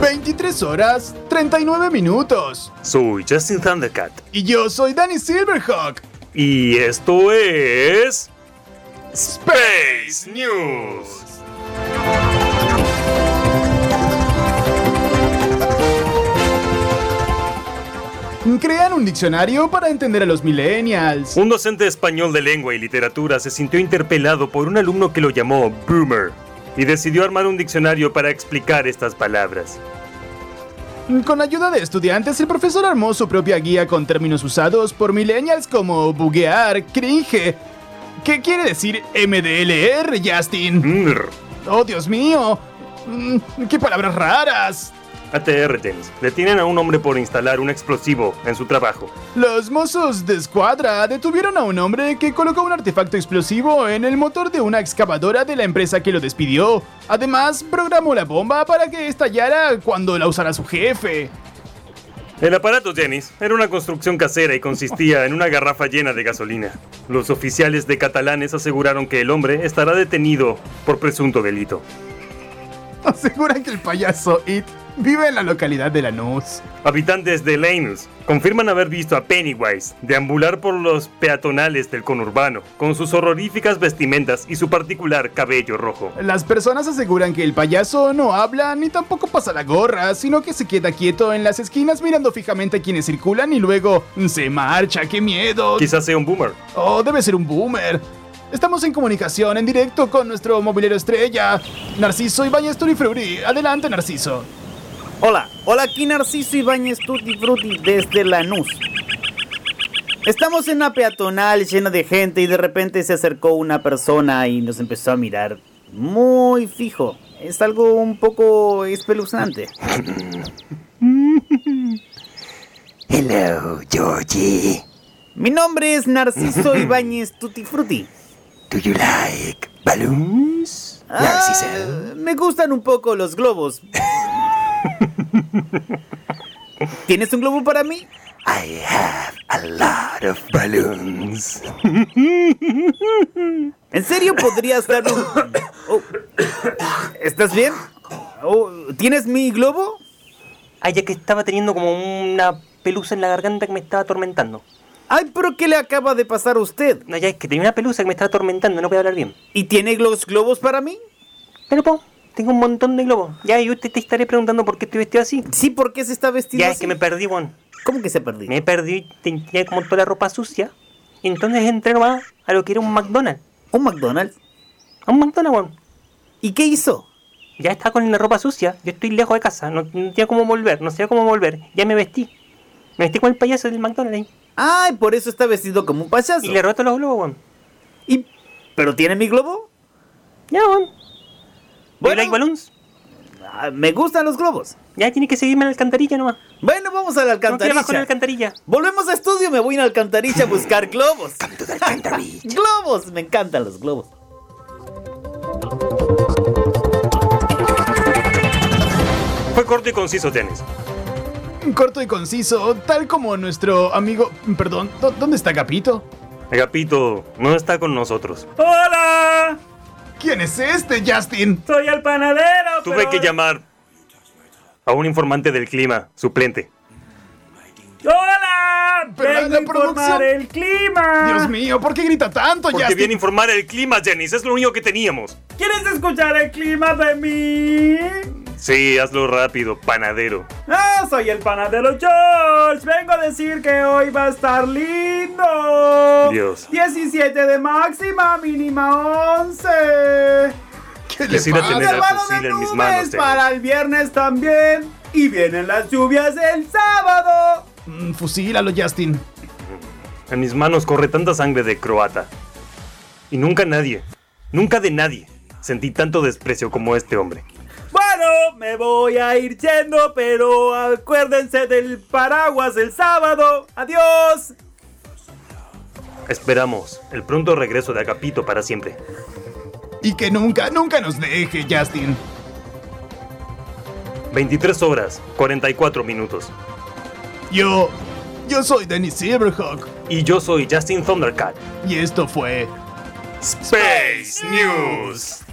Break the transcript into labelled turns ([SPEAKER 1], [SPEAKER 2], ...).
[SPEAKER 1] 23 horas 39 minutos.
[SPEAKER 2] Soy Justin Thundercat.
[SPEAKER 1] Y yo soy Danny Silverhawk.
[SPEAKER 2] Y esto es. Space News.
[SPEAKER 1] Crean un diccionario para entender a los millennials.
[SPEAKER 2] Un docente español de lengua y literatura se sintió interpelado por un alumno que lo llamó Boomer y decidió armar un diccionario para explicar estas palabras.
[SPEAKER 1] Con ayuda de estudiantes, el profesor armó su propia guía con términos usados por millennials como buguear, cringe. ¿Qué quiere decir MDLR, Justin?
[SPEAKER 2] Brr.
[SPEAKER 1] ¡Oh, Dios mío! Mm, ¡Qué palabras raras!
[SPEAKER 2] ATR, James. Detienen a un hombre por instalar un explosivo en su trabajo.
[SPEAKER 1] Los mozos de escuadra detuvieron a un hombre que colocó un artefacto explosivo en el motor de una excavadora de la empresa que lo despidió. Además, programó la bomba para que estallara cuando la usara su jefe.
[SPEAKER 2] El aparato Janis era una construcción casera y consistía en una garrafa llena de gasolina. Los oficiales de catalanes aseguraron que el hombre estará detenido por presunto delito.
[SPEAKER 1] Aseguran que el payaso It vive en la localidad de Lanús.
[SPEAKER 2] Habitantes de Lanús confirman haber visto a Pennywise deambular por los peatonales del conurbano con sus horroríficas vestimentas y su particular cabello rojo.
[SPEAKER 1] Las personas aseguran que el payaso no habla ni tampoco pasa la gorra, sino que se queda quieto en las esquinas mirando fijamente a quienes circulan y luego se marcha. ¡Qué miedo!
[SPEAKER 2] Quizás sea un boomer.
[SPEAKER 1] Oh, debe ser un boomer. Estamos en comunicación en directo con nuestro movilero estrella, Narciso Ibáñez Turifruri. Adelante, Narciso.
[SPEAKER 3] Hola, hola aquí Narciso Ibáñez Tutti Frutti desde Lanús. Estamos en una peatonal llena de gente y de repente se acercó una persona y nos empezó a mirar muy fijo. Es algo un poco espeluznante.
[SPEAKER 4] Hello, Georgie.
[SPEAKER 3] Mi nombre es Narciso Ibáñez Tutti Frutti.
[SPEAKER 4] Do you like balloons?
[SPEAKER 3] Ah, me gustan un poco los globos. ¿Tienes un globo para mí?
[SPEAKER 4] I have a lot of balloons.
[SPEAKER 3] ¿En serio podrías darme un... Oh, ¿Estás bien? Oh, ¿Tienes mi globo?
[SPEAKER 5] Ay, Ah, ya que estaba teniendo como una pelusa en la garganta que me estaba atormentando.
[SPEAKER 3] Ay, pero ¿qué le acaba de pasar a usted?
[SPEAKER 5] No, ya es que tenía una pelusa que me estaba atormentando, no podía hablar bien.
[SPEAKER 3] ¿Y tiene los globos para mí?
[SPEAKER 5] Pero, po, tengo un montón de globos. Ya, yo te, te estaré preguntando por qué estoy vestido así.
[SPEAKER 3] Sí, ¿por qué se está vestido
[SPEAKER 5] Ya, es
[SPEAKER 3] así?
[SPEAKER 5] que me perdí, weón.
[SPEAKER 3] ¿Cómo que se perdió?
[SPEAKER 5] Me perdí, tenía como toda la ropa sucia. Y entonces entré nomás a lo que era un McDonald's.
[SPEAKER 3] ¿Un McDonald's?
[SPEAKER 5] A un McDonald's, weón.
[SPEAKER 3] ¿Y qué hizo?
[SPEAKER 5] Ya estaba con la ropa sucia. Yo estoy lejos de casa. No, no tenía cómo volver. No sabía cómo volver. Ya me vestí. Me vestí con el payaso del McDonald's. ahí.
[SPEAKER 3] Ay, por eso está vestido como un payaso.
[SPEAKER 5] Y le roto los globos, weón.
[SPEAKER 3] Y- ¿Pero tiene mi globo?
[SPEAKER 5] Ya, weón.
[SPEAKER 3] Bueno.
[SPEAKER 5] Bueno. like balloons?
[SPEAKER 3] Ah, me gustan los globos.
[SPEAKER 5] Ya tiene que seguirme en la alcantarilla nomás.
[SPEAKER 3] Bueno, vamos a la
[SPEAKER 5] No quiero bajar en la
[SPEAKER 3] alcantarilla.
[SPEAKER 5] alcantarilla.
[SPEAKER 3] Volvemos a estudio, me voy a la alcantarilla a buscar globos.
[SPEAKER 4] To the alcantarilla.
[SPEAKER 3] ¡Globos! Me encantan los globos.
[SPEAKER 2] Fue corto y conciso, Janis.
[SPEAKER 1] Corto y conciso, tal como nuestro amigo... Perdón, ¿dó- ¿dónde está Capito?
[SPEAKER 2] Agapito no está con nosotros.
[SPEAKER 6] ¡Hola!
[SPEAKER 1] ¿Quién es este, Justin?
[SPEAKER 6] Soy el panadero.
[SPEAKER 2] Tuve
[SPEAKER 6] pero-
[SPEAKER 2] que llamar a un informante del clima, suplente.
[SPEAKER 6] ¡Hola!
[SPEAKER 1] Pero
[SPEAKER 6] Vengo
[SPEAKER 1] la
[SPEAKER 6] a informar
[SPEAKER 1] producción-
[SPEAKER 6] el clima.
[SPEAKER 1] Dios mío, ¿por qué grita tanto,
[SPEAKER 2] Porque
[SPEAKER 1] Justin?
[SPEAKER 2] viene a informar el clima, Janis. Es lo único que teníamos.
[SPEAKER 6] ¿Quieres escuchar el clima de mí?
[SPEAKER 2] Sí, hazlo rápido, panadero.
[SPEAKER 6] Ah, soy el panadero George. Vengo a decir que hoy va a estar lindo.
[SPEAKER 2] Dios.
[SPEAKER 6] 17 de máxima, mínima 11.
[SPEAKER 1] ¿Qué le
[SPEAKER 2] Quisiera
[SPEAKER 1] pasa?
[SPEAKER 2] tener a
[SPEAKER 6] Salvado
[SPEAKER 2] fusil
[SPEAKER 6] de
[SPEAKER 2] en mis
[SPEAKER 6] nubes
[SPEAKER 2] manos, eh. Janis.
[SPEAKER 6] para el viernes también. Y vienen las lluvias el sábado.
[SPEAKER 1] Mm, Fusílalo, Justin.
[SPEAKER 2] En mis manos corre tanta sangre de croata. Y nunca nadie, nunca de nadie, sentí tanto desprecio como este hombre.
[SPEAKER 6] Bueno, me voy a ir yendo, pero acuérdense del paraguas el sábado. Adiós.
[SPEAKER 2] Esperamos el pronto regreso de Agapito para siempre.
[SPEAKER 1] Y que nunca, nunca nos deje, Justin.
[SPEAKER 2] 23 horas, 44 minutos.
[SPEAKER 1] Yo... Yo soy Danny Silverhawk.
[SPEAKER 2] Y yo soy Justin Thundercat.
[SPEAKER 1] Y esto fue...
[SPEAKER 2] Space News.